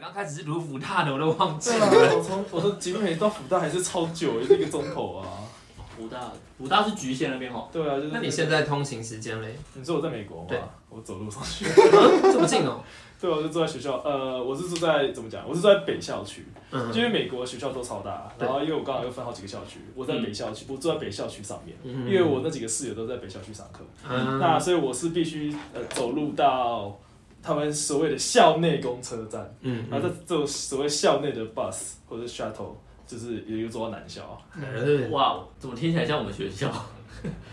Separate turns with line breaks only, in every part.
然后开始是卢府大的我都忘记
对
了。
啊，我从我从集美到福大还是超久，一个钟头啊。
武大，武大是局县那边哦。
对啊，就是
那你现在通勤时间嘞？
你说我在美国
对
吗？我走路上去。
这么近哦。
对啊，我就住在学校，呃，我是住在怎么讲？我是住在北校区，
嗯
就因为美国学校都超大，
对
然后因为我刚好又分好几个校区，我在北校区，我住在北校区上面，
嗯
因为我那几个室友都在北校区上课，
嗯
那所以我是必须呃走路到他们所谓的校内公车站，
嗯
然
嗯
后在这种所谓校内的 bus 或者 shuttle，就是也就坐到南校。
嗯，
哇，怎么听起来像我们学校？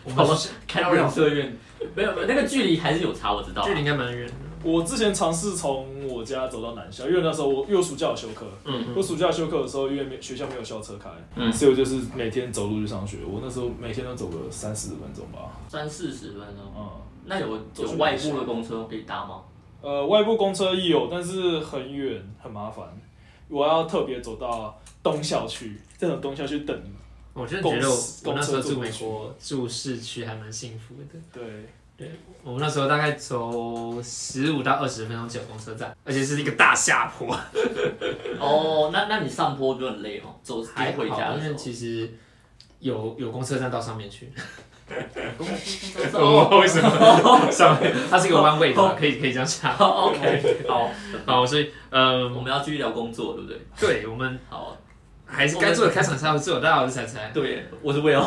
我们是
开到人社院，没有没有，那个距离还是有差，我知道啊。
距离应该蛮远的。
我之前尝试从我家走到南校，因为那时候我因为我暑假有休课，
嗯
我暑假休课的时候，因为没学校没有校车开，
嗯
所以我就是每天走路去上学。我那时候每天都走个三四十分钟吧，
三四十分钟。
嗯，
那有有外部的公车可以搭吗？
呃，外部公车有，但是很远很麻烦，我要特别走到东校区，再从东校区等。
我真的觉得我我那时候住美
公司公
国住市区还蛮幸福的。
对，
我们那时候大概走十五到二十分钟就有公车站，而且是一个大下 坡，
哦，那那你上坡就很累哦，走
还
回家的
好，因
时
为
候。
其实有有公车站到上面去。
哦
哦，为什么？ 上面它是一个弯位的，可以可以这样下。
好，OK，好，哦
好，所以
我
嗯，
们要继续聊工作，对不对？
对我们
好，啊
还是该做的开场稍微做。大家好，我是彩彩。
对，我是 Will，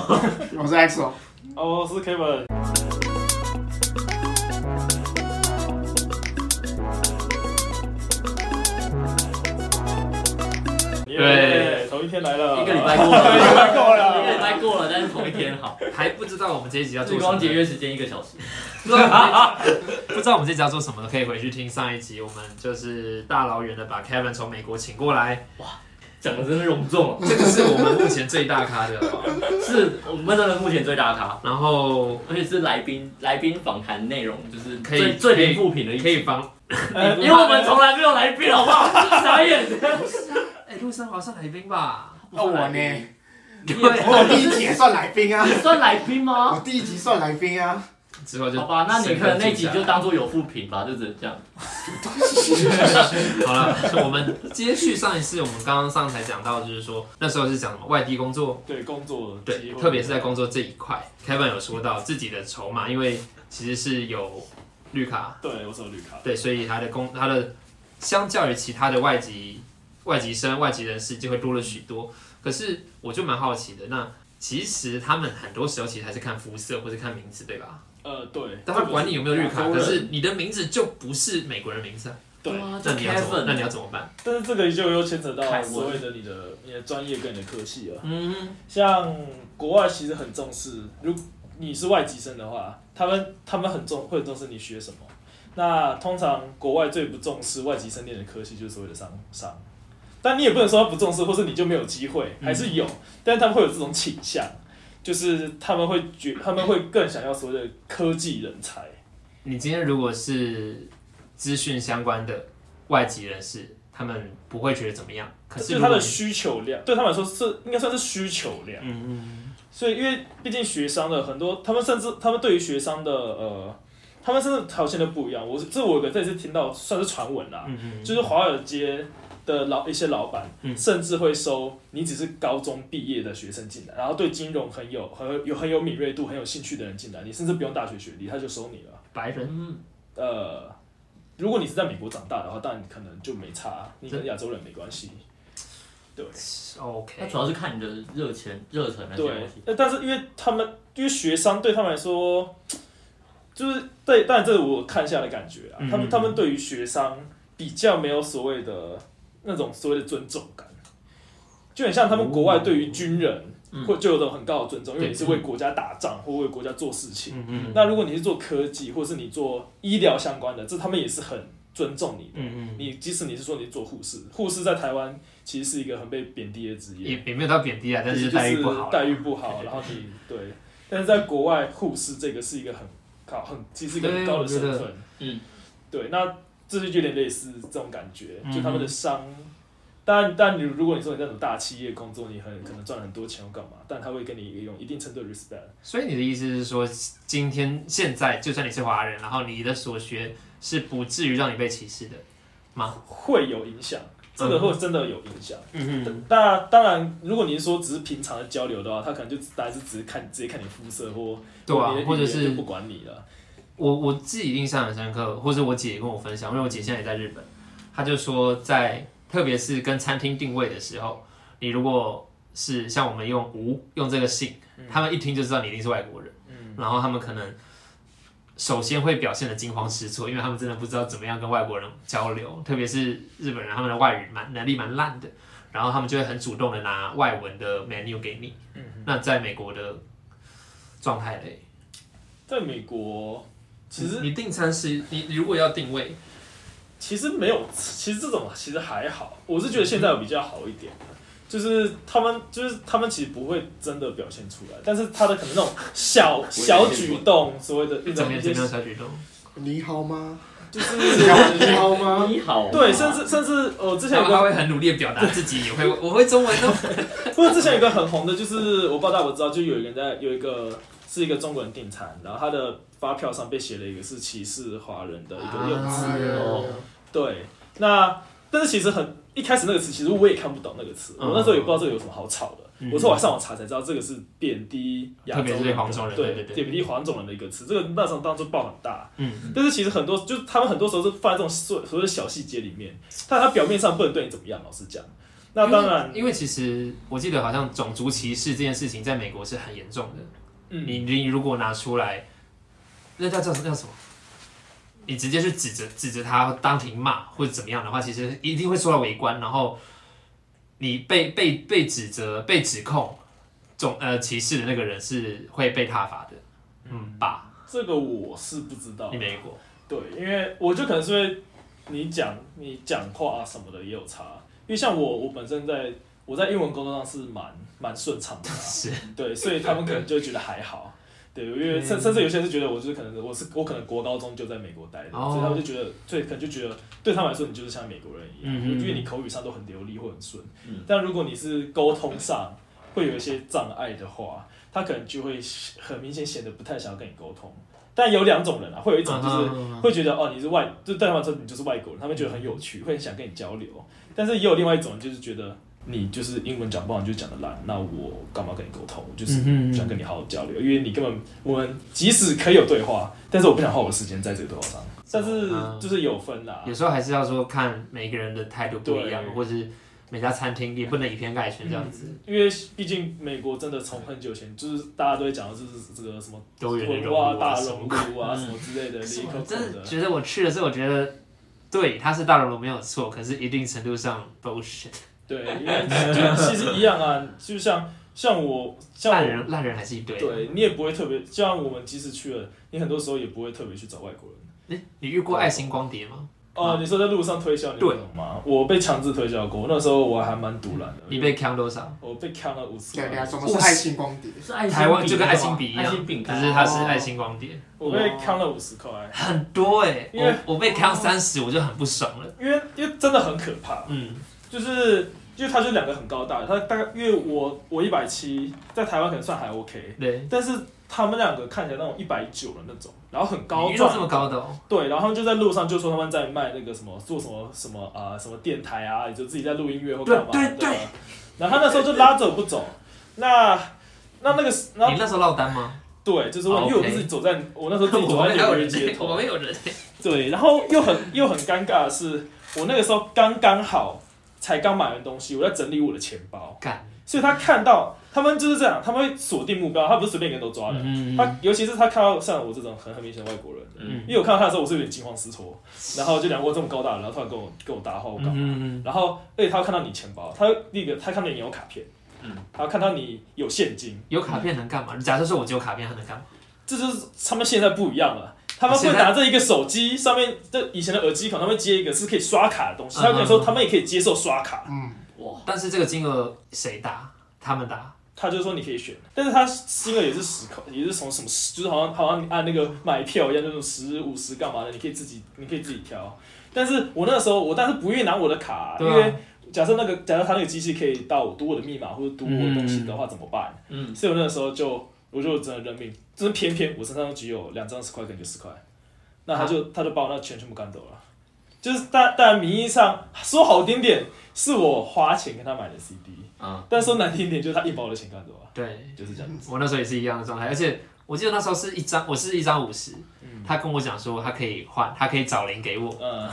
我是 EXO，
哦，是 Kevin，耶，
对
同一天来 了，
一个礼拜过
一
了，
个礼拜过
一个礼
了，
拜过了，但是同一天好，
还不知道我们这一集要做
日
什么
光，节约时间一个小时。
不知道我们这一集 不知道我们这一集要做什么，可以回去听上一集，我们就是大老远的把 Kevin 从美国请过来，
讲的真是隆重哦，
这个是我们目前最大咖的了。
是我们真的目前最大咖，
然后
而且是来宾来宾访谈内容就是
可以
最
可以
最零负评的一
可
集，
以帮，
呃
因为我们从来没有来宾，好不好？ 傻眼，
哎，陆生华算来宾吧？
那哦我呢？哦
你以为
我第一集也算来宾啊
你，算来宾 吗？
我第一集算来宾啊，
之后就
好吧，那你可能那集
深
就
耕
当做有负评吧，就只能这样。
进展好了。我们接续上一次，我们刚刚上台讲到，就是说那时候是讲什么外地工作，
对工作的机
对，
会，
特别是在工作这一块，Kevin 有说到自己的筹码，因为其实是有绿卡，
对我是有绿卡，
对，所以他的工他的相较于其他的外籍外籍生、外籍人士就会多了许多。可是我就蛮好奇的，那其实他们很多时候其实还是看肤色或者看名字，对吧？
呃，对，
但他管你有没有绿卡，
亚洲
可
人
是你的名字就不是美国人名字啊，
对
啊就
那你要怎么？那你
Kevin，
要怎么办？
但是这个就又牵扯
凯
到
文
所谓的你的你的专业跟你的科系啊了。
嗯，
像国外其实很重视，如你是外籍生的话，他们他们很重会很重视你学什么。那通常国外最不重视外籍生念的科系就是所谓的商商，但你也不能说他不重视，或是你就没有机会，还是有，但是他们会有这种倾向，就是他们会觉他们会更想要所谓的科技人才。
你今天如果是资讯相关的外籍人士，他们不会觉得怎么样，可是
就
如
他
果
的
你
需求量，对他们来说是应该算是需求量。嗯嗯。所以，因为毕竟学商的很多，他们甚至他们对于学商的呃，他们甚至条件都不一样。我这我有个这次听到算是传闻啦，
嗯
就是华尔街的老一些老板，
嗯
甚至会收你只是高中毕业的学生进来，然后对金融很有很有很有敏锐度、很有兴趣的人进来，你甚至不用大学学历，他就收你了。
白人，
嗯，
呃，如果你是在美国长大的话，当然可能就没差，你跟亚洲人没关系。
那
OK，
主要是看你的热情、热忱那些东
对
西。，
但但是因为他们因为学商对他们来说，就是对，但这是我看下的感觉啊，
嗯
他们他们对于学商比较没有所谓的那种所谓的尊重感，就很像他们国外对于军人。
嗯
会就有种很高的尊重，因为
哦对
你是为国家打仗或为国家做事情。
嗯嗯
那如果你是做科技，或是你做医疗相关的，这他们也是很尊重你的。
嗯嗯，
你即使你是说你做护士，护士在台湾其实是一个很被贬低的职业，
也也没有到贬低啊，但
就是是
待遇不好啦，嗯
待遇不好，然后你对，但是在国外护士这个是一个很高很其实是一个很高的身
对我觉
份，
嗯，
对，那这就有点类似这种感觉，
嗯
就他们的商。当然，但你如果你说你在那种大企业工作，你很可能赚很多钱或干嘛，但他会跟你有一定程度的 respect。
所以你的意思是说，今天现在就算你是华人，然后你的所学是不至于让你被歧视的吗？
会有影响，这个会真的有影响。
嗯哼，
那当然，如果你是说只是平常的交流的话，他可能就当然是只是看直接看你肤色或
对啊
你的语言
或者是
就不管你了。
我我自己印象很深刻，或者我姐也跟我分享，因为我姐现在也在日本，她就说在特别是跟餐厅定位的时候，你如果是像我们用无用这个姓，他们一听就知道你一定是外国人，然后他们可能首先会表现的惊慌失措，因为他们真的不知道怎么样跟外国人交流，特别是日本人，他们的外语蛮能力蛮烂的，然后他们就会很主动的拿外文的 menu 给你。那在美国的状态嘞？
在美国，其实
你订餐是你你如果要定位，
其实没有，其实这种其实还好，我是觉得现在有比较好一点的，就是他们就是他们其实不会真的表现出来，但是他的可能那种小小举动，所谓的那
怎
种
么样
一
怎
些
么样小举动？
你好吗？
就是
你好吗？
你好嘛，
对，甚至甚至我、之前有
他们他
个，
会很努力的表达自己，也会 我会中文 哦，
或者之前有一个很红的，就是我不知道大家有没有知道，就有一个人在有一个是一个中国人订餐，然后他的发票上被写了一个是歧视华人的一个用字，
哎
哦。
呦
对，那但是其实很一开始那个词，其实我也看不懂那个词，
嗯
我那时候也不知道这个有什么好吵的。
嗯
我是我还上网查才知道，这个是贬低亚洲
特别是对黄种人
对
对对对
贬低黄种人的一个词。这个那时候当初爆很大，
嗯，
但是其实很多就是他们很多时候是放在这种所所谓的小细节里面，但他表面上不能对你怎么样，老实讲。那当然
因，为，因为其实我记得好像种族歧视这件事情在美国是很严重的。
嗯，
你你如果拿出来，那叫叫叫什么？你直接去指着指着他当庭骂或者怎么样的话，其实一定会受到围观，然后你被被被指责、被指控种呃歧视的那个人是会被挞伐的，嗯吧？
这个我是不知道
你。美国，
对，因为我就可能是因为你讲你讲话啊什么的也有差，因为像我我本身在我在英文工作上是蛮蛮顺畅的、啊，
是
对，所以他们可能就会觉得还好。对，因为甚甚至有些人是觉得我就是可能我是我可能国高中就在美国待的，
哦
所以他们就觉得对，可能就觉得对他们来说你就是像美国人一样，
嗯嗯嗯
因为你口语上都很流利或很顺。
嗯
但如果你是沟通上会有一些障碍的话，他可能就会很明显显得不太想要跟你沟通。但有两种人啊，会有一种
嗯
就是会觉得哦你是外，就对他们来说你就是外国人，他们觉得很有趣，会很想跟你交流。但是也有另外一种人就是觉得你就是英文讲不好，你就讲的烂，那我干嘛跟你沟通？我就是
嗯哼
想跟你好好交流，因为你根本我们即使可以有对话，但是我不想花我的时间在这个对话上。但是
嗯
就是有分啦、
有时候还是要说看每个人的态度不一样
啊对，
或是每家餐厅也不能以偏概全这样子。
因为毕竟美国真的从很久以前就是大家都会讲的就是这个什么
多元的
文
融
化
入啊
大
什
熔
么
炉啊
嗯
什么之 类的，立刻
我真的
的。
觉得我去的时候，我觉得对它是大熔炉没有错，可是一定程度上 bullshit，
对，因为就其实一样啊，就像像我 像
烂
我
人烂人还是一堆。啊
对你也不会特别，就像我们即使去了，你很多时候也不会特别去找外国人。
你你遇过爱心光碟吗？
哦、你说在路上推销你
啊对
懂吗？我被强制推销过，那时候我还蛮堵然的。
你被坑多少？
我被坑了五十
对对啊，
万，
什么是爱心光碟？
是爱心饼
台湾就跟
啊
爱心笔
饼
一
爱心饼
样，可
干
是它是爱心光碟，
我被坑了五十块，
很多哎，
因为
我我被坑三十，我就很不爽了。
因为因为真的很可怕，
嗯，
就是因为他就两个很高大的，他大概因为我我一百七，在台湾可能算还 OK，
对，
但是他们两个看起来那种一百九的那种，然后很高
你遇到
壮
这，么高的哦，
对，然后他们就在路上就说他们在卖那个什么做什么什么啊、什么电台啊，也就自己在录音乐或干嘛的。
对对对
吧然后他那时候就拉着我不走，那那那个是然
你
后
那时候落单吗？
对，就是我，
哦
因为我
OK
自己走在我那时候自己
我
走在
们还
纽
有
约
人
街
欸，我
头
们，有人欸，
对，然后又很又很尴尬的是，我那个时候刚刚好才刚买完东西，我在整理我的钱包，
干，
所以他看到他们就是这样，他们会锁定目标，他不是随便一个人都抓的，
嗯嗯嗯
他尤其是他看到像我这种很很明显的外国人，
嗯
因为我看到他的时候，我是有点惊慌失措，然后就两个这么高大的，然后突然跟我跟我搭话，我搞，
嗯嗯嗯
然后而且他会看到你钱包，他会那个他看到你有卡片，
嗯，
他看到你有现金，
有卡片能干嘛？假设说我只有卡片，还能干嘛？
这就是他们现在不一样了。他们会
现在
拿着一个手机，上面这以前的耳机孔，他们会接一个是可以刷卡的东西。
嗯
他跟你说，他们也可以接受刷卡，
嗯，
哇，
但是这个金额谁打？他们打。
他就说你可以选，但是他金额也是十口，也是从什么十，就是好像好像你按那个买票一样，那种十五十干嘛的，你可以自己你可以自己挑。但是我那时候我当时不愿意拿我的卡，因
对啊
为假设那个假设他那个机器可以到我读我的密码或者读我的东西的话怎么办？
嗯，
所以我那时候就我就真的认命，真的偏偏我身上只有两张十块跟一个十块，啊那他就、他就把我那钱全部干走了。就是大但名义上说好听点，是我花钱跟他买的 CD，
嗯
啊，
但说难听一点，就是他硬把我的钱干走啊，
对
就是这样子。
我那时候也是一样的状态，而且我记得那时候是一张，我是一张五十，
嗯
他跟我讲说他可以换，他可以找零给我，
嗯，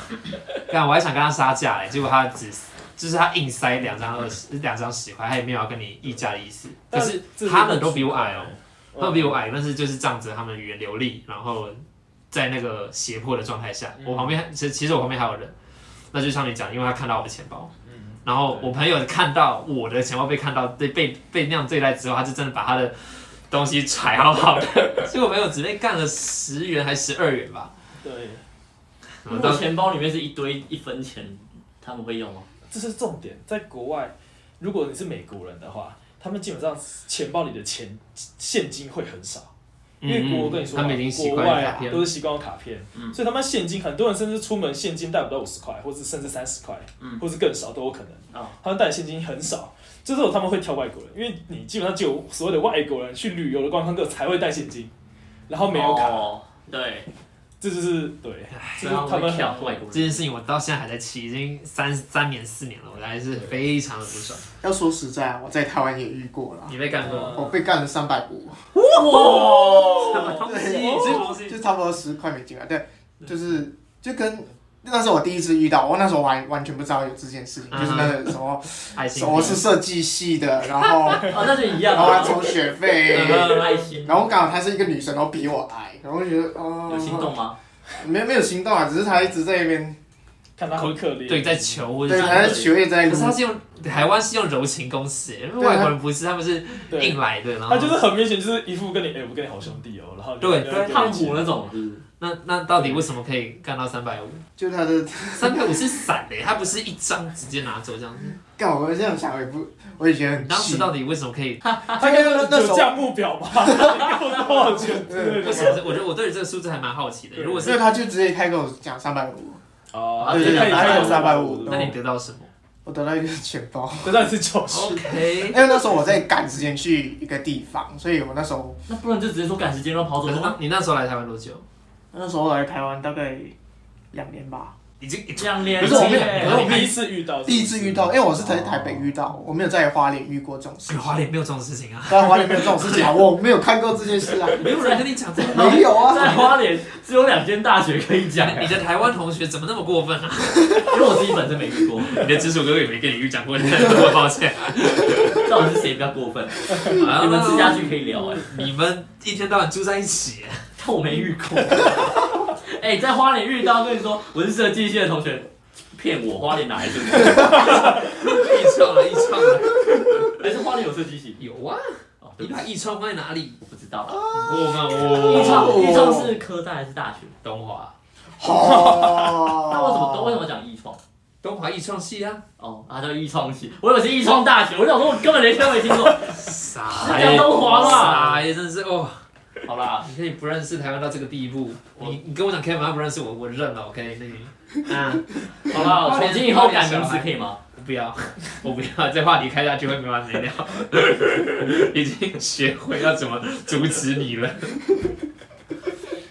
但我还想跟他杀价嘞，结果他只就是他硬塞两张二十，两张十块，他也没有要跟你议价的意思。可
但
是
这
他们都比我矮哦、
嗯
他们比我矮，但是就是仗着他们语言流利，然后在那个胁迫的状态下，
嗯
我旁边其实其实我旁边还有人，那就像你讲，因为他看到我的钱包，
嗯，
然后
对
我朋友看到我的钱包被看到被被被那样对待之后，他就真的把他的东西揣好好的， 所以我朋友只被干了十元还十二元吧，
对，
然后
如
到
果钱包里面是一堆一分钱，他们会用吗？
这是重点。在国外，如果你是美国人的话，他们基本上钱包里的钱现金会很少。因为
嗯
国
嗯
我跟你说嘛，
他们已经习
国
惯了
外
卡
啊
片
都是习惯用卡片，
嗯
所以他们现金很多人甚至出门现金带不到五十块，或是甚至三十块，
嗯
或是更少都有可能。
哦
他们带现金很少，这时候他们会挑外国人，因为你基本上只有所谓的外国人去旅游的观光客才会带现金，然后没有卡，
哦，对，
这就是对，
所以
这就是
他
他
们
们
会跳外国
这
人。
件事情我到现在还在气，已经三三年四年了，我还是非常的不爽。
要说实在，啊我在台湾也遇过了，
你被干过？
我被干了三百五，
什么东西？
哦对
这东西
就差不多十块美金啊。对，就是就跟那时候我第一次遇到，我那时候完完全不知道有这件事情，
嗯
就是那个什么
爱
什
心
么我是设计系的，然后
哦，那就一样
然后还
啊，
抽学费，
爱心，
然后刚好她是一个女生，然后比我矮，然后我就觉得哦，
有心动吗？
没有没有行动啊，只是她一直在那边，
看他很可怜，
对，在求或者
对，哎
是
她在学业在
可是
撸
他是用台湾是用柔情攻势，因为外国人不是，他们是
对
硬来的，然后
他就是很明显就是一副跟你哎、我跟你好兄弟哦，然后你
对
你要
对
给我
烫
钱
骨那种是不是？
那那到底为什么可以干到三百五？
就她的
三百五是散的，他不是一张直接拿走这样子。
干我这样想，我也不，我也觉得
你
很
当时
气。
到底为什么可以？
他应该有这样目表吧？你给我多少钱？
对
为什么？我觉得我对这个数字还蛮好奇的。如果
因为
是
她就直接开跟我讲三百五，
哦
对对对
有
对
那你得到什么
我得到一个钱包。
得到一次教训。
？OK
因。为那时候我在赶时间去一个地方，所以我那时候
那不然就直接说赶时间乱跑走
可是
吗？
那你那时候来台湾多久？
那时候来台湾大概两年吧，
已经
两年
不是我没有
可
可
是
是
我
我
第一次遇到，
第一次遇到，因为我是在台北遇到，我没有在花莲遇过这种事
哎
情。
花莲没有这种事情啊，
当然花莲没有这种事情啊，我没有看过这件事 啊，
没有人跟你讲这个。
没有啊。
在花莲只有两间大学可以讲，
你的台湾同学怎么那么过分啊？
因为我自己本身没遇过，
你的直属哥哥也没跟你讲过， 我抱歉。
到底是谁比较过分？
啊
你们吃下去可以聊哎、
你们一天到晚住在一起，
但我没遇过。 哎、在花莲遇到，跟你说我是设计系的同学，骗我，花莲哪来设计系？
一创了，一创了。
还是花莲有设计系？
有啊，
哦，对
你
不起
把一创放在哪里？
我不知道。啊
我们
一
我
创，一创是科大还是大学？
东华，
哦，
那我怎么都为什么讲一创？
东华一创系啊，
哦，它叫一创系，我以为是一创大学，我想说我根本连听都没听 过。
傻
讲
耶，
东华吧
哎傻耶，真是哦！
好啦，
你可以不认识台湾到这个地步，
我
你你跟我讲 Kevin 他不认识我，我认了，OK？那你啊，
好啦，从今以后改名字可以吗？
我不要， 我不要，这话题开下去会没完没了， 已经学会要怎么阻止你了。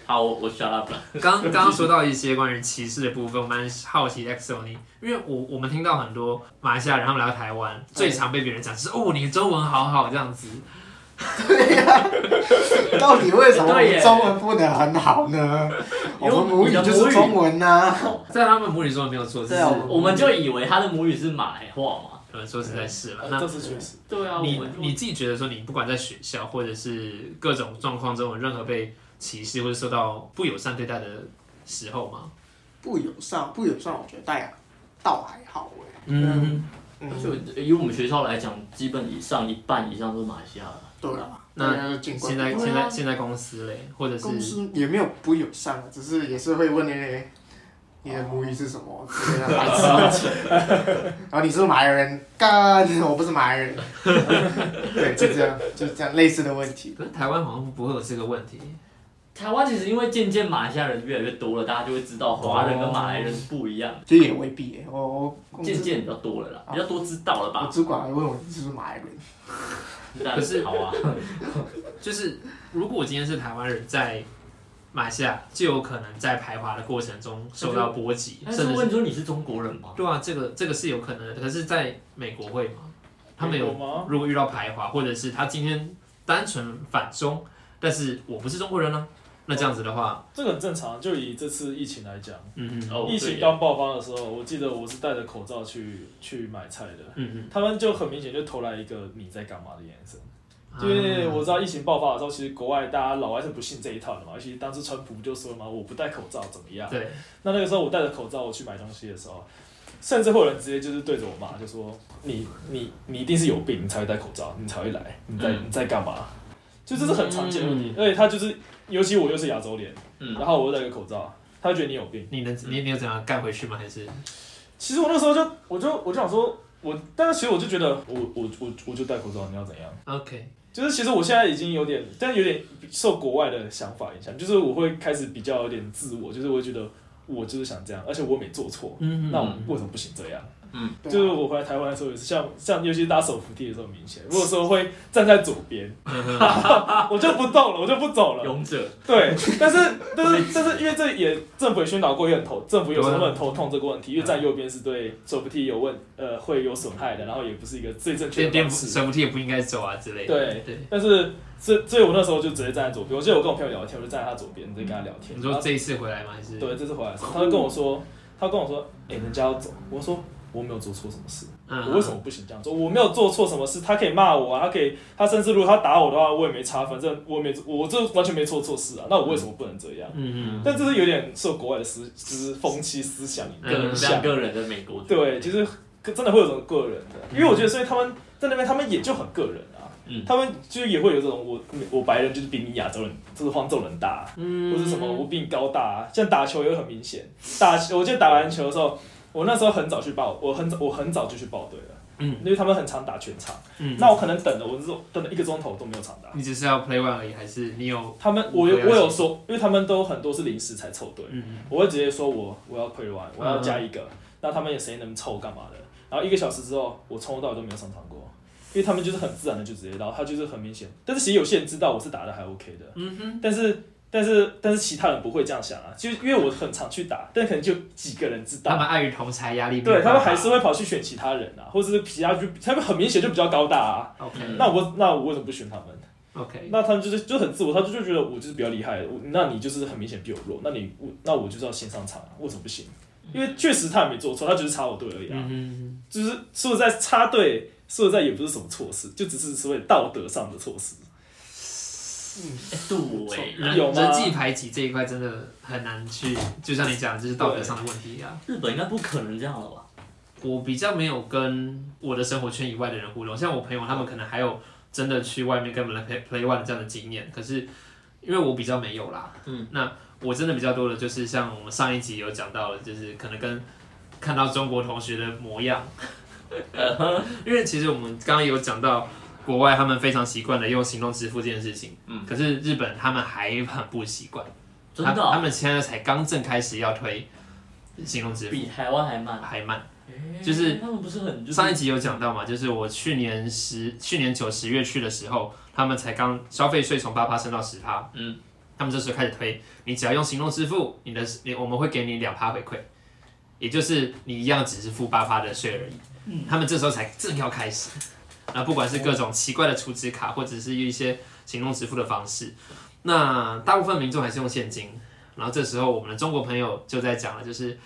好，我我 shut up 了。
刚刚刚说到一些关于歧视的部分，我蛮好奇 XO 你，因为我我们听到很多马来西亚人他们来到台湾，最常被别人讲就是哦，你的中文好好这样子，
到底为什么我
对
们
耶
中文不能很好呢？我
因为
们母语就是中文呐、啊。
在他们母语中没有错，这
对
是
啊
我们就以为他的母语是马来话嘛。
有人说实在是了。
呃这
那
次确实，
对啊，我
你
们
你
就
自己觉得说，你不管在学校或者是各种状况中有任何被歧视或者受到不友善对待的时候吗？
不友善，不友善，我觉得大家倒还好哎、
嗯，
嗯，
就以我们学校来讲，基本以上一半以上都是马来西亚的。
对啊了，
那
大家就见怪
现在
不怪
现在现在公司嘞，或者是
嗯公司也没有不友善啊，只是也是会问你你的母语是什么之类的白痴问题。然后你是不是马来人，干，我不是马来人。对，就这样，就这样类似的问题。
可是台湾好像不会有这个问题。
台湾其实因为渐渐马来西亚人越来越多了，大家就会知道华人跟马来人是不一样的，
其实也未必耶、我我公司
渐渐比较多了啦，
哦
比较多知道了
我
吧？
主管还问我你是不是马来人，
但
可 是
好啊，
就是如果我今天是台湾人在马来西亚就有可能在排华的过程中受到波及，
但
甚
是
至
问
是
说你是中国人吗？
对啊，这个这个是有可能的。可是，在美国会吗？他们有
美国吗？
如果遇到排华，或者是他今天单纯反中，但是我不是中国人呢、那这样子的话，
这个很正常。就以这次疫情来讲，
嗯嗯
哦
疫情
对
刚爆发的时候，我记得我是戴着口罩去去买菜的，
嗯
他们就很明显就投来一个你在干嘛的眼神。因
嗯，
为我
啊
知道疫情爆发的时候，其实国外大家老外是不信这一套的嘛，尤其当时川普就说嘛，我不戴口罩怎么样？
对，
那那个时候我戴着口罩我去买东西的时候，甚至会有人直接就是对着我骂，就说你你你一定是有病，你才会戴口罩，你才会来，你在、
嗯
你在干嘛？就这是很常见的问题
嗯，
而且他就是，尤其我又是亚洲脸，
嗯
然后我又戴个口罩，他就觉得你有病。
你能你你有怎样干回去吗？还是
其实我那时候就我就我就想说，我但是其实我就觉得我我我我就戴口罩，你要怎样？
OK？
就是其实我现在已经有点，但有点受国外的想法影响，就是我会开始比较有点自我，就是我会觉得我就是想这样，而且我没做错，
嗯
那我为什么不行这样？
对啊
就是我回来台湾的时候也是像像，尤其是搭手扶梯的时候很明显，我有时候会站在左 边，我就不动了，我就不走了。
勇者，
对，但是但是但是因为这也政府也宣导过，也很头政府有时候会很头痛这个问题，因为站右边是对手扶梯有问呃会有损害的，然后也不是一个最正确
电
的
电
方式。
手扶梯也不应该走啊之类的。
对
对，
但是所所以我那时候就直接站在左边，我记得我跟我朋友聊天，我就站在他左边在跟他聊天。
你
然
说
后
这一次回来吗？还是
对，这次回来的时候，他就跟我说，他跟我说，哎、人家要走，我说我没有做错什么事，
嗯，
我为什么不行这样做？我没有做错什么事，他可以骂我啊，他可以，他甚至如果他打我的话，我也没差，反正我也没做，我这完全没做错事啊，那我为什么不能这样？
嗯？嗯嗯，
但这是有点受国外的思思风气思想
个
影
人
响
像，嗯个人的美国主义，
对，其实真的会有这种个人的，因为我觉得，所以他们在那边，他们也就很个人啊，
嗯
他们就也会有这种我我白人就是比你啊亚洲人就是黄种人大，嗯，或者什么我比你高大、啊，像打球也很明显，打我记得打篮球的时候，我那时候很早去报，我很早我很早就去报队了，
嗯，
因为他们很常打全场，
嗯
那我可能等了我这种等了一个钟头都没有场打，
你只是要 play one 而已，还是你有
他们我有
不要紧
我有说，因为他们都很多是临时才凑队，
嗯
我会直接说我我要退完，我要加一个，那他们也谁能凑干嘛的。然后一个小时之后，我从头到尾都没有上场过，因为他们就是很自然的就直接到，他就是很明显。但是其实有些人知道我是打的还 OK 的，
嗯哼
但是但是但是其他人不会这样想啊，就是因为我很常去打，但可能就几个人知
他
道。
们碍于同才压力没有
对
办法，
他们还是会跑去选其他人啊，或者是其他就他们很明显就比较高大啊。
OK
那我那我为什么不选他们？
OK，
那他们就是就很自我，他就就觉得我就是比较厉害，我那你就是很明显比我弱，那你我那我就是要先上场啊，为什么不行？因为确实他也没做错，他就是插我队而已啊。
嗯
就是说实在插队，说实在也不是什么错事，就只是所谓道德上的错事。
嗯
哎对
哼，，人
有吗
嗯人际排挤这一块真的很难去，就像你讲，就是道德上的问题啊。
日本应该不可能这样了吧？
我比较没有跟我的生活圈以外的人互动，像我朋友他们可能还有真的去外面跟人 play play one 这样的经验，可是因为我比较没有啦，
嗯，
那我真的比较多的就是像我们上一集有讲到的，就是可能跟看到中国同学的模样，
呃
因为其实我们刚刚有讲到国外他们非常习惯的用行动支付这件事情，
嗯，
可是日本他们还很不习惯，
真的
他，他
哦
们现在才刚正开始要推行动支付，
比台湾还慢，
还慢。
哎
就是
他们不是很就是
上一集有讲到嘛，就是我去年十去年九十月去的时候，他们才刚消费税从八趴升到十趴，
嗯，
他们这时候开始推，你只要用行动支付，你的你我们会给你两趴回馈，也就是你一样只是付八趴的税而已。嗯，他们这时候才正要开始，那不管是各种奇怪的储值卡，或者是一些行动支付的方式，那大部分民众还是用现金。然后这时候我们的中国朋友就在讲了，就是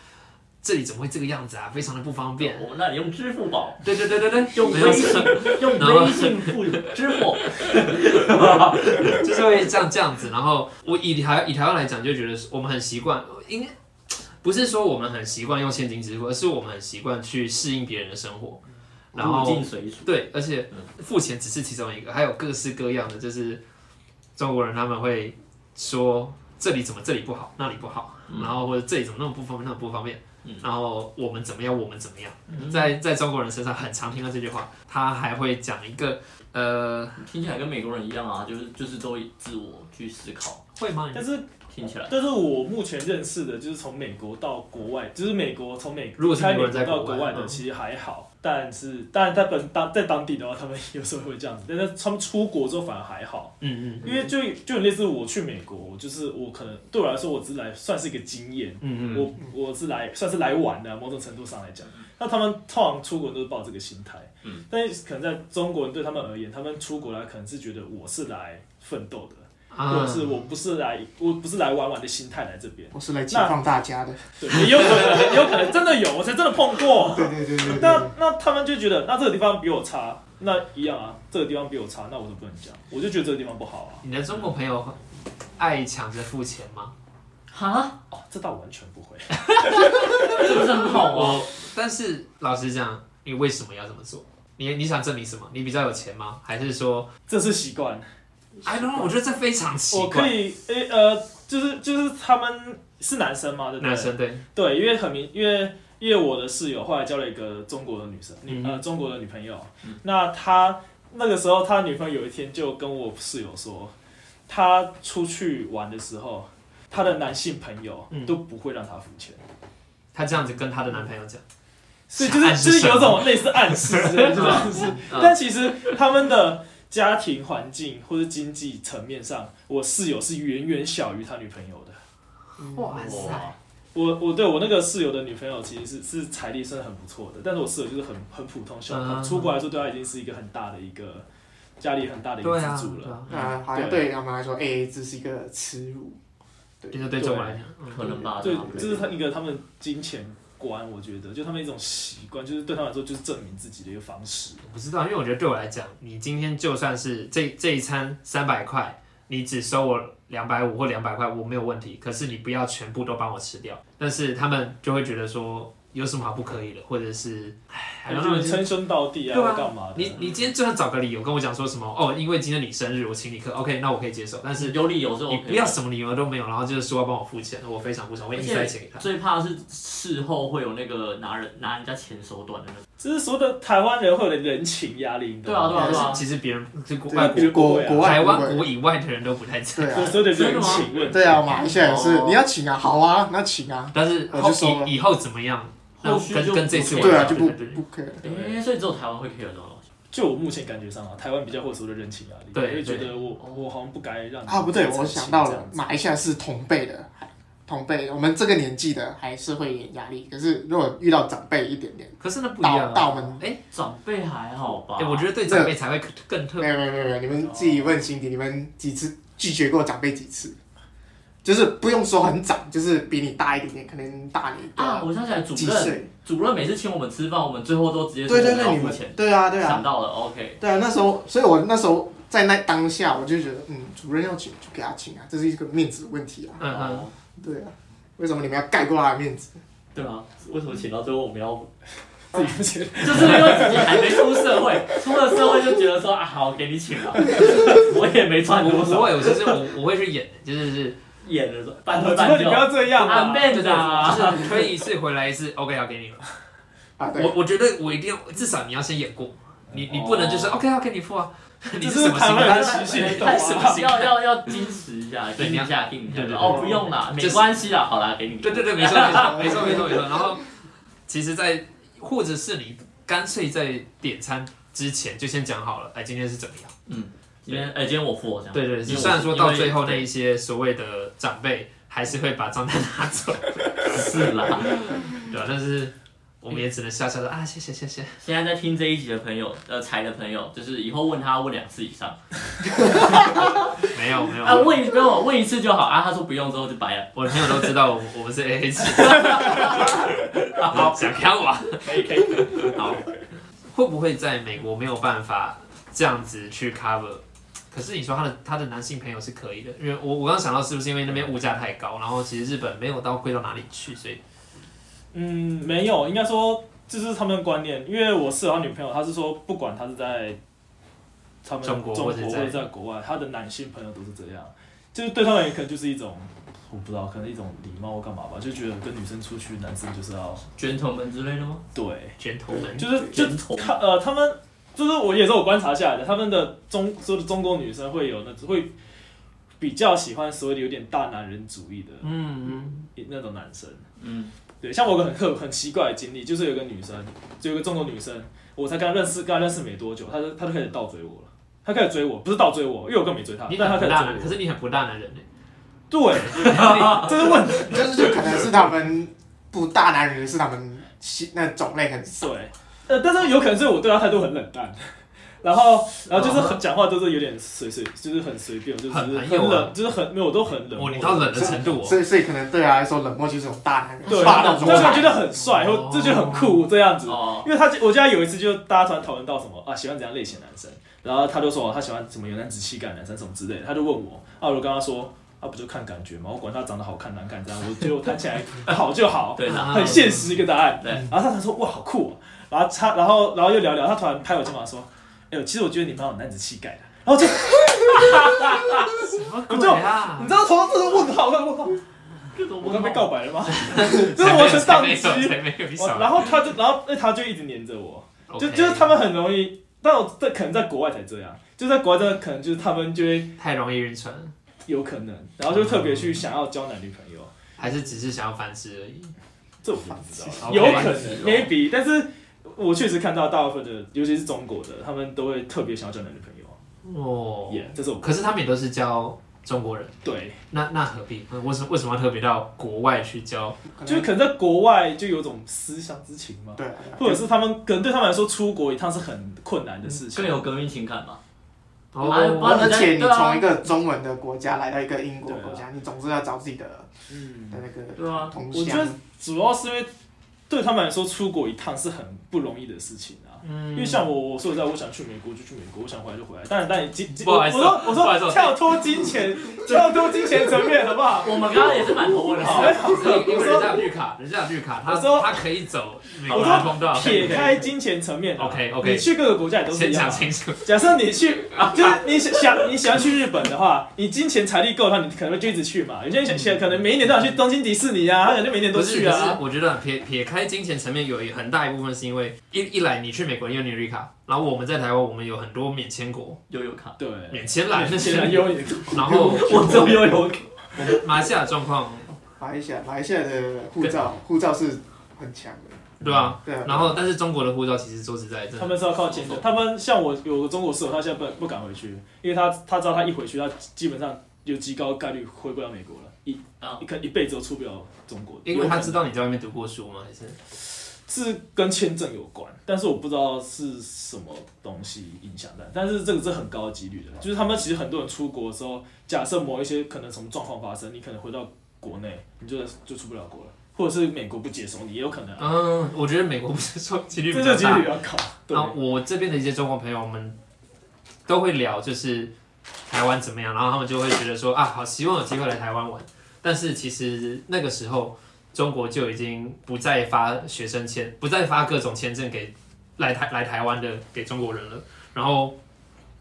这里怎么会这个样子啊，非常的不方便。
我们那里用支付宝，
对对对对对，
用
没有
微
错，
信，用
然后
微信付支 付，
就是会这样这样子。然后我以台以台湾来讲，就觉得我们很习惯，应该不是说我们很习惯用现金支付，而是我们很习惯去适应别人的生活。然
入
后
境随俗。
对，而且付钱只是其中一个，还有各式各样的，就是中国人他们会说这里怎么这里不好，那里不好，
嗯
然后或者这里怎么那么不方便，那么不方便。然后我们怎么样，我们怎么样，
嗯
在在中国人身上很常听到这句话。他还会讲一个，呃，
听起来跟美国人一样啊，就是就是都以自我去思考，
会吗？
但是，
听起来
但是我目前认识的，就是从美国到国外，就是美国从美
如果是
开美
美国
国
人在
到
国外
国外的，
嗯
其实还好。但是，当然在本当在当地的话，他们有时候会这样子，但是他们出国之后反而还好，
嗯嗯
因为就就很类似我去美国，我就是我可能对我来说，我只是来算是一个经验，
嗯嗯，
我我是来算是来玩的，某种程度上来讲，那他们通常出国都是抱这个心态，
嗯，
但是可能在中国人对他们而言，他们出国来可能是觉得我是来奋斗的，
啊
或者是我不是来我不是来玩玩的心态来这边，
我是来解放大家的。
对，也有可能也 有可能真的有，我才真的碰过，
对对对对对
那那他们就觉得，那这个地方比我差，那一样啊，这个地方比我差，那我就不能讲，我就觉得这个地方不好啊。
你的中国朋友爱抢着付钱吗？
哈，
哦，这倒完全不会。
这不是很好吗？
但是老实讲，你为什么要这么做？你你想证明什么？你比较有钱吗？还是说
这是习惯，
，I don't know，我觉得这非常奇
我可
怪。
以，诶、呃，就是就是他们是男生嘛，对不对？
男生对，
对，因为很明，因为因为我的室友后来交了一个中国的女生，
嗯
女、呃中国的女朋友。那他那个时候，他女朋友有一天就跟我室友说，他出去玩的时候，他的男性朋友
嗯
都不会让他付钱。
她这样子跟她的男朋友讲，
所以就是就是有种类似暗示之类的就是暗示，但其实他们的家庭环境或者经济层面上，我室友是远远小于他女朋友的。
嗯
哇塞，
哇，
我我对我那个室友的女朋友其实是是财力算是很不错的，但是我室友就是很很普通小康，
嗯
出国来说对他已经是一个很大的一个家里很大的一个
对啊，
支柱
对
了。
啊，
呃，好像对他们来说，A A 制是一个耻辱。
你说对中国人来讲，
可能吧，
对
吧，
这是他一个他们金钱观，我觉得就他们一种习惯，就是对他们来说就是证明自己的一个方式。
我不知道，因为我觉得对我来讲，你今天就算是这这一餐三百块，你只收我两百五或两百块，我没有问题。可是你不要全部都帮我吃掉。但是他们就会觉得说，有什么好不可以的，或者是，哎，然
就
后
是称兄道弟
对
啊，
啊
干嘛的？
你你今天就算找个理由跟我讲说什么哦，因为今天你生日，我请你客，OK，那我可以接受。但是
有理由是
你
OK 的。
不要什么理由都没有，然后就是说要帮我付钱，我非常不爽，我一直在钱给他。
最怕是事后会有那个拿人拿人家钱手短的那种。
这是所有的台湾人会有的人情压力，你懂吗
对啊
但
对
是
啊
其实别人就国
对
外国
别人不会啊
国国外
台
不
湾
会。
国以外的人都不太这样。
对
所
啊，
所有的人情问题。
对啊，马来西亚也是
哦，
你要请啊，好啊，那请啊。
但是
我
后
就说了
以以后怎么样？那
后续
跟
就
跟
不
这次
可以
我
对啊，
了
就不
对对对
不可以。
哎、所以只有台湾会 care 这种东西。
就我目前感觉上啊，台湾比较会有所谓的人情压力，
对
我就觉
对
得我我好像不该让你
啊，不对，
这样
我
子
想到
这样
了，
子
马来西亚是同辈的，还同辈，我们这个年纪的还是会有点压力。可是如果遇到长辈一点点，
可是那不一样
到
啊。
到我们，
哎
长辈还好吧？
哎，我觉得对长辈才会更更特
没有没有没有没有，你们自己问心底，你们几次拒绝过长辈几次？就是不用说很长，就是比你大一点点，可能大你
啊，
个
我想起来，主
几
任
岁。
主任每次请我们吃饭，我们最后都直接说
对对
我们
对，
要
你
付
们
钱。
对啊对啊
想到了，OK。
对啊，那时候，所以我那时候在那当下，我就觉得，嗯，主任要请就给他请啊，这是一个面子的问题啊。
嗯嗯，
哦
对啊，为什么你们要盖过他的面子？
对啊，为什么请到最后我们要？
自己不觉得
就是因为自己还没出社会，出了社会就觉得说啊，好给你请 了，我也没赚
我
多
不
少，
会，我就是我我会去演，就是是
演了说半
我
推
觉
半
得你
就
不。要这样
俺
啊！
妹
就是
的啊，
就是推一次回来一次，OK 要给你了。
啊，对
我，我觉得我一定要，至少你要先演过，你你不能就是
哦
OK 要给你付啊，你
这
什
是
么
台
心
湾
态
人？习性，你懂
太什么
吗？
要要要矜持一下，
啊对
定
你
一
要
下，定一下
对对。对
哦，不用啦，
就
没
是
关系啦，好啦，给你。
对对对，没错没错没错没错没 错。然后其实在，或者是你干脆在点餐之前就先讲好了，哎，今天是怎么样？
今天哎，今天我付我这样。
对
因
对，
为
对，
我
虽然说到最后那
因为
一些所谓的长辈还是会把账单拿走，
是啦。
对吧、但是我们也只能笑笑说啊，谢谢谢谢。
现在在听这一集的朋友，呃，财的朋友，就是以后问他问两次以上，
没有没有，
啊，问一没有问一次就好啊。他说不用之后就白了。
我的朋友都知道我我们是 A A 制，
好
想骗我？
可以可以，
好，会不会在美国没有办法这样子去 cover？可是你说他的他的男性朋友是可以的，因为我我刚想到是不是因为那边物价太高，然后其实日本没有到贵到哪里去，所以
嗯，没有，应该说这是他们的观念，因为我室友他女朋友，她是说不管她是在他们
中国
中
或
国
者
或
在
者在国外，她的男性朋友都是这样，就是对他们也可能就是一种。我不知道，可能一种礼貌或干嘛吧，就觉得跟女生出去，男生就是要
卷筒门之类的吗？
对，
卷头们
就是就
卷筒
他呃，他们就是我也是我观察下来的，他们的中所有的中国女生会有那会比较喜欢所谓的有点大男人主义的
嗯，
那种男生，
嗯，
对，像我有个很特很奇怪的经历，就是有个女生，就有个中国女生，我才跟她认识，跟她认识没多久，她就她就开始倒追我了，她开始追我，不是倒追我，因为我根本没追她，
你
但她
很
开
不
始
大的，
追
可
我。
是你很不大的人呢、
对，这是问题。
就是就可能是他们不大男人，是他们西那种类很少。
对，呃，但是有可能是我对她态度很冷淡，然后然后就是很讲话都是有点随随，就是很随便，就是
哦很
很
很有啊
冷，就是很没有，我都很冷
哦，
漠。
你到冷的程度哦、
所以所以可能对他来说，冷漠就是一种大男人，
对，
霸道
但
总
是我觉
裁。
得很帅，
哦
或这就很酷这样子。
嗯
哦，
因为他我记得有一次就大家突然讨论到什么啊喜欢怎样类型的男生，然后他就说、哦他喜欢什么有男子气概的男生什么之类的，他就问我，啊我就跟他说，啊不就看感觉嘛，我管他长得好看难看这样，我就谈起来 好就好，
对啦，
很现实一个答
啊
案。
对
然后他才说哇好酷、哦，然后他然后然后又聊聊，他突然拍我肩膀说，哎、呦，其实我觉得你蛮有男子气概的，然后我 就
什么
我就
鬼啊
你？知道头上这是问号，我问号，我
我
刚被告白了 吗？
这
这是完全宕 机。
才没有，你
我
少
然后他就然后那他就一直黏着我。
OK
就就是他们很容易，但我在可能在国外才这样，就在国外真的可能就是他们就会
太容易晕船了，
有可能，然后就特别去想要交男女朋友，
还是只是想要反思而已。
这我啊就不知道，
OK
有可
是
能
哦
maybe，但是我确实看到大部分的，尤其是中国的，他们都会特别想要交男女朋友，
哦，
耶、这是我
可是他们也都是教中国人，
对，
那那何必？为什么为什么要特别到国外去教？
可能啊
就是可能在国外就有种思乡之情嘛，
对啊，
或者是他们可能对他们来说出国一趟是很困难的事情
更，有革命情感吧？
哦，
啊
而
你在
且你
对啊啊
从一个中文的国家来到一个英国国
对
家，你总是要找自己的
嗯
的，那个
对啊，
同
我觉得
乡。
主要是因为对他们来说出国一趟是很不容易的事情啊。
嗯
因为像我，我说实在，我想去美国就去美国，我想回来就回来。但但金，金
不好意思
我说我
不好意思
说跳脱金 钱，跳脱金钱层面好不好？
我们刚刚也是满头问号。
因为人家有绿卡，人家有绿卡，他
我说
他可以走美国
我
的通道。
说撇开金钱层面啊
OK，OK
你去各个国家也都是
先
一样啊。
讲清楚，
假设你去，
啊
就是你想想你喜欢去日本的话，你金钱财力够的话，你可能会就一直去嘛。有些人想想可能每一年都想去东京迪士尼啊，他可能就每一年 都
嗯不是，
去
可
啊
是。我觉得撇撇开金钱层面，有一很大一部分是因为一一来你去美国因为你有绿卡，然后我们在台湾我们有很多免签国、
悠悠卡，
对，
免签来那
显然
些，
有 点
然后
我只有悠悠 卡。
马来西亚的状况，
马来西亚，马来西亚的护照，护照是很强的，
对吧？
对啊。
然后但是中国的护照其实说实在真的，
他们是要靠签证，他们像我有个中国室友，他现在不不敢回去，因为他他知道他一回去，他基本上有极高概率回不了美国了，一
啊
一可一辈子都出不了中国。
因为他
有可
知
能
道你在外面读过书吗？还是
是跟签证有关，但是我不知道是什么东西影响的，但是这个是很高的几率的，就是他们其实很多人出国的时候，假设某一些可能什么状况发生，你可能回到国内，你就就出不了国了，或者是美国不接收你，也有可能、啊，
嗯，我觉得美国不是说几率
这
比
这
较
几
大
率。要考。对
那我这边的一些中国朋友，我们都会聊就是台湾怎么样，然后他们就会觉得说啊，好希望有机会来台湾玩。但是其实那个时候，中国就已经不再发学生签，不再发各种签证给来台来台湾的给中国人了。然后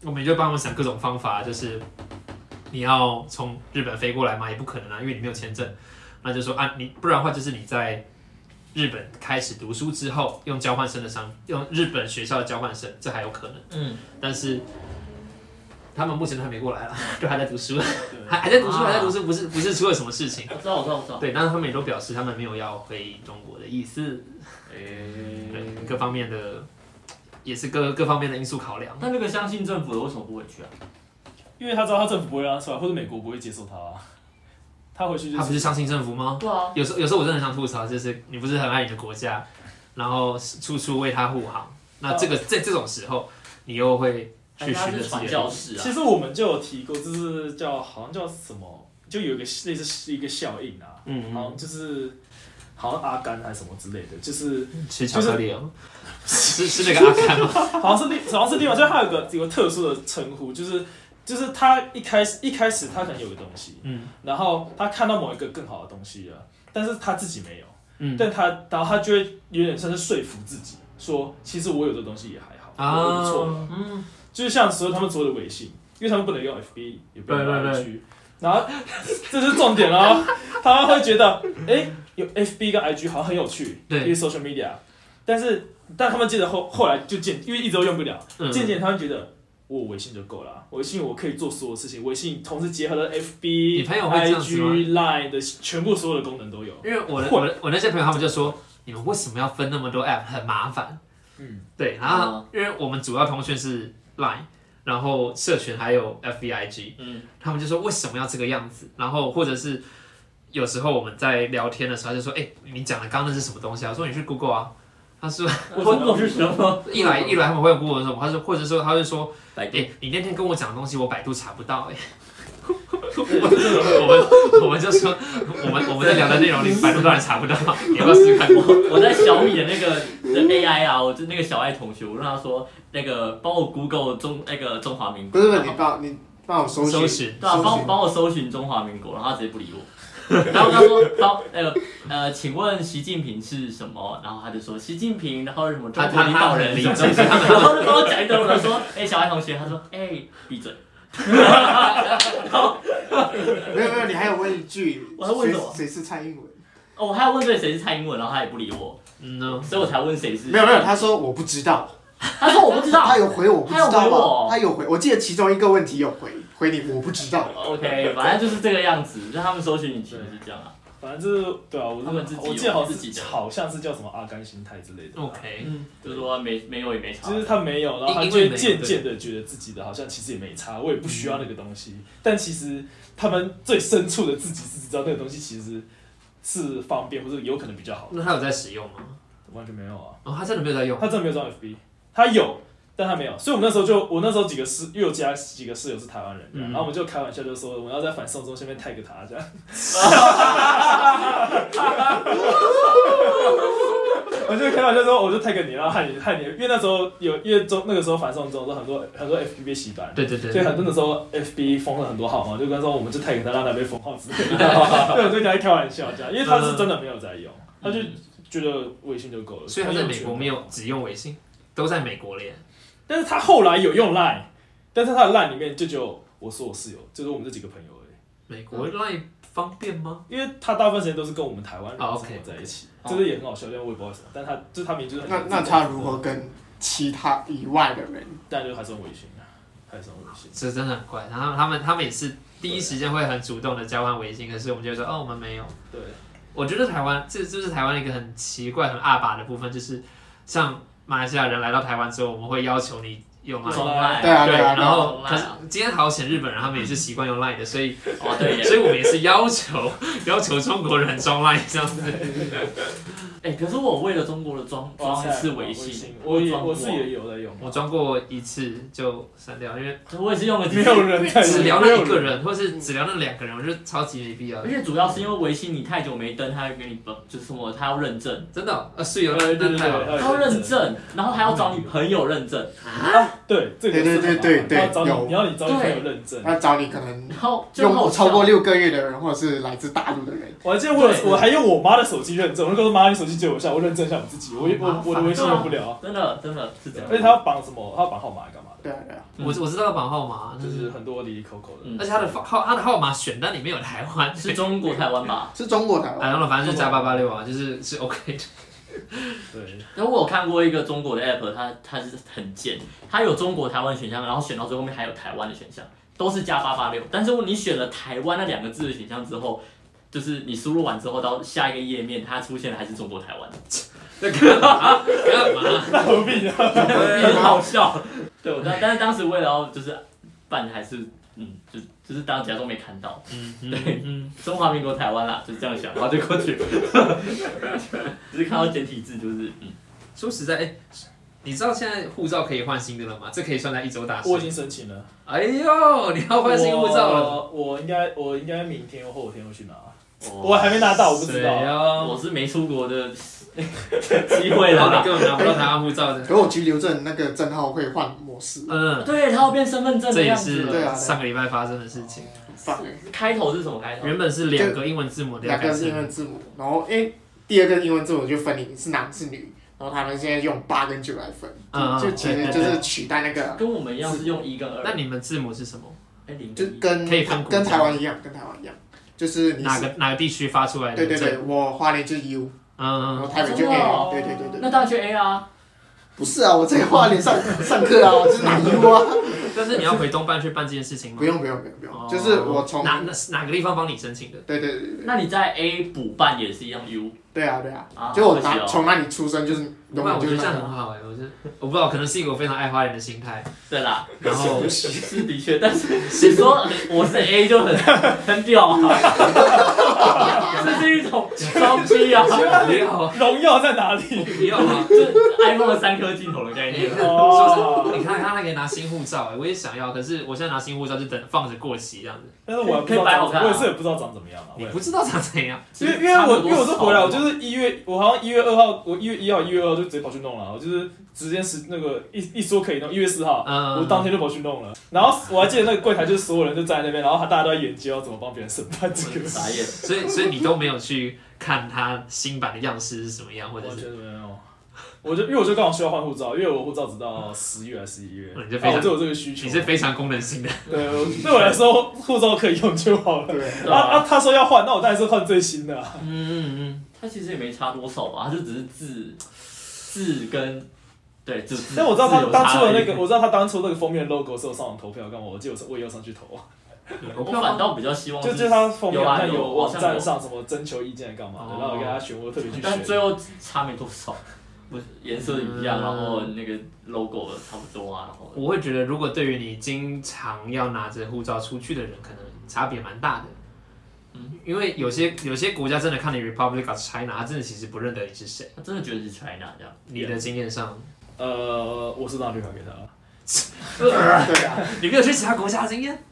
我们就帮他们想各种方法，就是你要从日本飞过来嘛，也不可能啊，因为你没有签证。那就说啊，你不然的话就是你在日本开始读书之后，用交换生的商，用日本学校的交换生，这还有可能。
嗯，
但是他们目 前都还没过来了，就还在读书，
对
还还在读书，
啊
还在读书，不是不是出了什么事情。
我知道，我知道，我知道。
对，但是他们也都表示他们没有要回中国的意思，对
诶，
各方面的也是各各方面的因素考量。
但那个相信政府的为什么不回去啊？
因为他知道他政府不会让他出来，或者美国不会接受他、啊，他回去就
他不
是
是相信政府吗？
对啊，
有时候有时候我真的很想吐槽，就是你不是很爱你的国家，然后处处为他护航，那这个在这种时候，你又会去
他
寻
是
着自
传
己
教
的。
士啊
其。实我们就有提过，就是叫好像叫什么，就有一个类似一个效应啊，
嗯
好像就是好像阿甘还是什么之类的，就是
吃巧克力哦，是是那个阿甘吗？
好像是另好像是另外，就是他有个有个特殊的称呼，就是就是他一开始一开始他可能有个东西，
嗯
然后他看到某一个更好的东西了，但是他自己没有，
嗯
但他然后他就会有点像是说服自己，说其实我有的东西也还好，我不错，
啊，
嗯，
就是像所有他们所有的微信，因为他们不能用 FB，也不能用
对
IG，
对
然后 这是重点哦， 他们会觉得，哎，有 FB 跟 IG 好像很有趣，
对
因为 social media，但是但他们接着后后来就渐，因为一直都用不了，
嗯
渐渐他们觉得我有微信就够了啊。微信我可以做所有事情，微信同时结合了
你
FB、
朋友会这样子吗
IG、Line 的全部所有的功能都有。
因为我的我的我那些朋友他们就说，你们为什么要分那么多 app，很麻烦。
嗯，
对，然后因为我们主要通讯是 Line，然后社群还有 FBIG，
嗯，
他们就说为什么要这个样子，然后或者是有时候我们在聊天的时候他就说，哎、你讲的刚刚那是什么东西啊？我说你去 Google 啊。他说
为什么
Google 是什么？
一来一来他们会用 Google 什么，他说或者说他就说，
百
哎、
度
你那天跟我讲的东西我百度查不到哎、我们我们就说，我们我们在聊的内容，你百度当然查不到，你要不要试试看？
我在小米的那个的 AI 啊，我就那个小爱同学，我让他说那个帮我 Google 中那个中华民
不
国，
是不是，你帮你帮我搜
搜
寻，
寻，
对啊，帮帮我搜寻中华民国，然后他直接不理我。然后他说，帮那个呃，请问习近平是什么？然后他就说习近平，然后什么中
他
国
他
领
他
导
很
人
理
什么
解，
的，然后就帮我讲一堆，我就说，哎、小爱同学，他说，哎、闭嘴。
没有没有，你还有问一句，
我还问什么
谁谁是蔡英文？
哦，我还要问对谁是蔡英文，然后他也不理我，
嗯呢，
所以我才问谁是。
没有没有，他说我不知道，
他说我不知道
他。有回我不知
他有
道
回我
吗？他有回，我记得其中一个问题有回回你我不知道，
OK，反正就是这个样子，就他们搜寻引擎就是这样啊。
反正就是对啊，我
他们自己有
我记得好
自己的
像好像是叫什么阿甘心态之类的啊。
OK，
哎就是说没没有也没差
就。是他没有，然后他
因
就
因
会
为没有嗯
渐渐的觉得自己的好像其实也没差，我也不需要那个东西。但其实他们最深处的自己是知道那个东西其实是方便或者有可能比较好的，
那他有在使用吗？
完全没有啊。
哦，他真的没有在用。
他真的没有装 FB，他有，但他没有。所以我们那时候就，我那时候几个室，因为我家几个室友是台湾人，
嗯
然后我们就开玩笑就说，我们要在反送中下面 tag 他 这样。我就开玩笑说，我就 tag 你，然后害你害你，因为那时候有，因为中那个时候反送中的时候，很多很多 FB 被洗版。
对对
所以
对，
很多的时候，FB 封了很多号嘛，就跟他说我们就 tag 他，让他被封号之类的，对，我就跟他开玩笑这样，因为他是真的没有在用，他就觉得微信就够了。
嗯所以他在美国没
有。
有只用微信，都在美国连。
但是他后来有用 Line，但是他的 Line 里面就只有我说我室友，就是我们这几个朋友而已，
美国 Line 方便吗？
因为他大部分时间都是跟我们台湾人
啊
生活
，OK
在一起，
哦
这个也很好笑，但我也不知道为什么，但他就他名就是很
那那他如何，跟其他以外的人？
但就还是用微信啊，还是用微信，
这真的很快。然后他们他们也是第一时间会很主动的交换微信，可是我们就会说哦，我们没有。
对，
我觉得台湾这这是台湾一个很奇怪、很阿爸的部分，就是像马来西亚人来到台湾之后，我们会要求你用 Line。
从来
对啊对啊，对
然
啊
后
用 Line
可是
啊
今天好险，日本人他们也是习惯用 Line 的，所以
哦，对耶。
所以我们也是要求 要求中国人装 Line 这样子。
哎、可是我为了中国的装装一次微
微
信，
我也
装过
我
啊
是也有在用，
我装过一次就删掉，因为
我也是用了
没有人在用
只聊那一个，人，或是只聊那两个人，我就超级没必要
而
的。
且主要是因为微信你太久没登，他会给你不就是什么，他要认证，
真的哦，呃，是有
对
那
对
那太好了。
他要
对，
认证，然后还要找你朋友认证，
对，这个
对
是
对
很麻烦
对对
要找
有
你，你要你找你朋友
对
认证。
那找你可能
然后就
用
好
过
笑
超过六个月的人，或者是来自大陆的人，
我还记得我有，
对
我还用我妈的手机认证，我就跟我说妈，你手机借我一下，我认证一下我自己，我我我的微信
啊
用不了，啊
真的真的是这样
而。且他要绑什么，他要绑号码干嘛
对啊对啊，
我我知道要绑号码，
的，
就
就是
是
很多离离口口的
嗯。
而且他的号他的号码选单里面有台湾，
是中国台湾吧？
是中国台
然
湾，
后反正就加八八六啊，就是是 OK 的。
对，
然后我有看过一个中国的 app，它它是很贱，它有中国台湾选项，然后选到最后面还有台湾的选项，都是加八八六。但是你选了台湾那两个字的选项之后，就是你输入完之后到下一个页面，它出现的还是中国台湾，
那干嘛？干嘛？
何必呢？
很好笑。对，我当但是当时为了要就是办还是嗯，就就是当假装没看到，
嗯
对
嗯，
中华民国台湾啦，就是这样想，然后就过去， 只是看到简体字就是嗯，
说实在，哎，你知道现在护照可以换新的了吗？这可以算在一周大 事
我。已经申请了，
哎呦，你要换新护照了。
我我应该我应该明天或后天会去拿，我
我
还没拿到，我不知
谁
啊
道。
呀？
我是没出国的 机会
然
了
后
啦
你。根本拿不到台湾护照的。
可我居留证那个证号会换模式，
嗯，
对，它要变身份证
这
的
也
样子
是
了。
对啊
上个礼拜发生的事情。
很棒哎，
开头是什么开头？
原本是两个英文字母的，要
两
改
个是英文
成
字母，然后因为第二个英文字母就分你是男是女，然后他们现在用八跟九来分，
嗯嗯
就就其实就是取代那个，
跟我们一样是用一跟二。
那你们字母是什么？
哎零
就
跟一
跟
可以分国家
跟台湾一样，跟台湾一样，就是你
哪
是
个哪个地区发出来的？
对对对，，我花莲就是 U，然
嗯
后
嗯，
台北就
真的
A，
哦
对对对对
那。当然去 A 啊。
哦
不是啊，我在花莲上上课啊，我就是拿 U 啊，
但是你要回东办去办这件事情吗？
不用不用不用不用，
哦
就是我从
哪哪哪个地方帮你申请的？
对对对对
那你在 A 补办也是一样 U，
对啊对啊，
啊
就
好
我
可惜
哪
哦
从哪里出生就是永
哇
远
我
就
觉
是
得这样
那
很好哎、我觉得我不知道，可能是一个我非常爱花莲的心态。
对啦，
然后
是的确，但是你说我是 A 就很 很屌啊，这是一种装逼啊，
不要
荣耀在 哪里？
不要啊！
就是 iPhone 的三颗镜头的概念。
哦，
你看他还可以拿新护照哎、我也想要，可是我现在拿新护照就等放着过期这样子。
但是我还不知
可以
道
摆
长
好看啊
我也是也不知道长怎么样啊。我
你
也
不知道长怎样，
因为因为我因为我是回来，我就是是一月，我好像一月二号，我一月一号、一月二号就直接跑去弄了，我就是直接是那个一一说可以弄，一月四号，
嗯
我当天就跑去弄了。然后我还记得那个柜台就是所有人就站在那边，然后大家都在研究要怎么帮别人审判这个
傻
事。
眼，
所以所以你都没有去看他新版的样式是什么样，或者
完
是
全没有。我就因为我就刚好需要换护照，因为我护照直到十月还是十一月，
嗯你就非常
啊我就有这个需求。
你是非常功能性的。
对我对我来说，护照可以用就好了。
对，
对
啊啊
啊，，
他说要换，那我当然是换最新的、啊。
嗯嗯嗯，
他其实也没差多少吧，他就只是字字跟对字。字
但我知道他
字嗯有差
当初的那
而
个，
已
我知道他当初那个封面 logo 是有上网投票，干嘛？我记得我是我也有上去投啊，
我
我反倒比较希望
就就是他封面
有啊
好像
有
网
好像
站
有
上什么征求意见干嘛的，
哦
然后我给他选，我特别去
但最
选。
后差没多少，不是颜色一样，
嗯
然后那个 logo 差不多啊，然后
我会觉得，如果对于你经常要拿着护照出去的人，可能差别蛮大的。嗯，因为有些有些国家真的看你 Republic of China，他真的其实不认得你是谁。
他真的觉得是 China 这样。
你的经验上，
呃，我是拿绿卡给他了。
对啊，
你没有去其他国家的经验，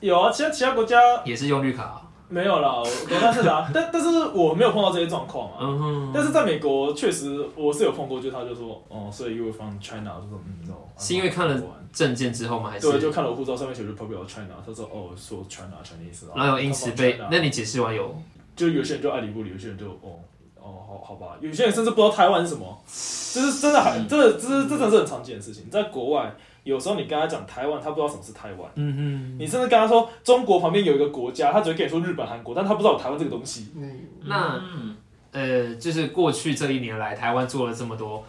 有啊，其他其他国家
也是用绿卡啊、
没有啦，我我但是 啦，但但是我没有碰到这些状况啊。
嗯哼，
但是在美国，确实我是有碰过，就他就说，哦，所以 you were from China，我就说嗯 no，
是因为看了证件之后吗？还是
对，就看了我护照上面写着 Republic of China，他说哦，说 China Chinese，
然后有因此被
China，
那你解释完有
就有些人就爱理不理，有些人就哦哦好好吧，有些人甚至不知道台湾是什么，就是真的
嗯
很，这这这真的是很常见的事情，在国外有时候你跟他讲台湾，他不知道什么是台湾，
嗯
你甚至跟他说中国旁边有一个国家，他只会跟你说日本、韩国，但他不知道有台湾这个东西。
嗯，
那
嗯
呃，就是过去这一年来，台湾做了这么多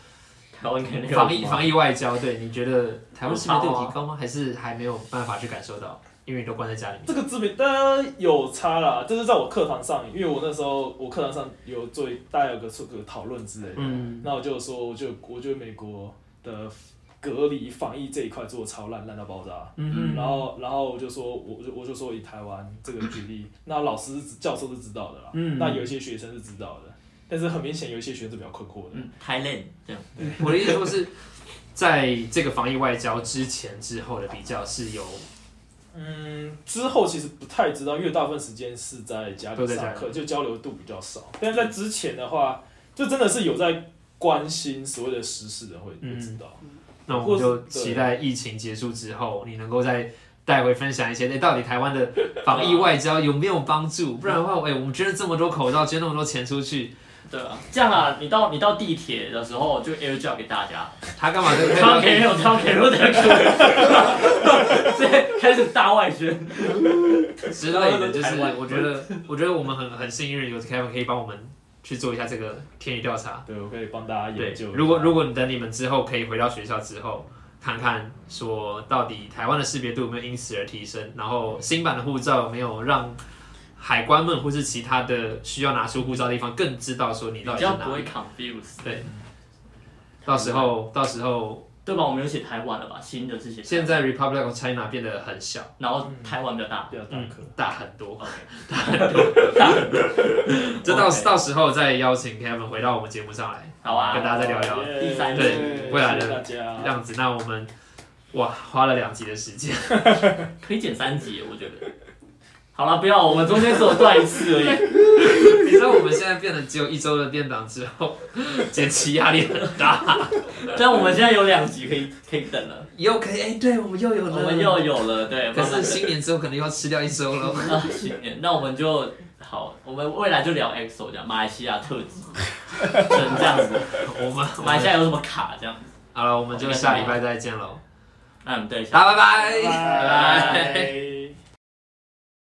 台湾肯定有
防疫
吗
防疫外交，对你觉得台湾知名度
有差
有
吗
提高吗？还是还没有办法去感受到？因为你都关在家里面。
这个知名当然有差啦，就是在我课堂上，因为我那时候我课堂上有做一大家有个做个讨论之类的，
嗯
那我就说，我就我觉得美国的隔离防疫这一块做的超烂，烂到爆炸。
嗯
然后，然后我就说，我就我就说以台湾这个举例，那老师是教授是知道的啦，
嗯
那有一些学生是知道的，但是很明显有一些学生是比较困惑的。
嗯 Thailand 这样。
嗯我的意思说是，在这个防疫外交之前之后的比较是有，
嗯，之后其实不太知道，因为大部分时间是在家
都
里
在家
上
里
课，就交流度比较少。但在之前的话，就真的是有在关心所谓的时事的会
嗯
会知道。
那我
或
们
是
就期待疫情结束之后，你能够再带回分享一些，哎、到底台湾的防疫外交有没有帮助？不然的话，哎、我们捐了这么多口罩，捐那么多钱出去，
对啊，这样啊，你到你到地铁的时候就 air drop 给大家，
他干嘛跟
他给我，他给我的， 直接开始大外宣。
之类的，就是
台湾
我觉得，我觉得我们很很幸运有 Kevin 可以帮我们去做一下这个田野调查。
对，我可以帮大家
对
研究。，
如果如果你等你们之后可以回到学校之后，看看说到底台湾的识别度有没有因此而提升，然后新版的护照有没有让海关们或是其他的需要拿出护照的地方更知道说你
比
到底是
较
哪
不会
里。
confuse，
对，到时候到时候
对吧？我们有写台湾了吧？新的是写台湾
现，在 Republic of China 变得很小，
然后台湾比较大。
比较大
嗯
课，，
大很 多。
OK，大很多，
这到
OK
到时候再邀请 Kevin 回到我们节目上来。
好啊，
嗯跟大家再聊聊
耶
第三集
啊谢谢
未来的
大家
这。样子，那我们哇花了两集的时间，
可以剪三集耶，我觉得。好了，不要，我们中间只有断一次而 已。
你知道我们现在变得只有一周的电档之后， 剪辑压力很大。
但我们现在有两集可以可以等 了，
又可以哎，对我们又有
我
了，
们又有了，对。
可
慢慢
是
地
新年之后可能又要吃掉一周 了。
啊，新年，那我们就好，我们未来就聊 EXO 这样，马来西亚特 辑，成这样子，
我们
马来西亚有什么卡这样子？
好了，我们就下礼拜再见喽，
嗯，对，下
大家拜拜。
拜
拜。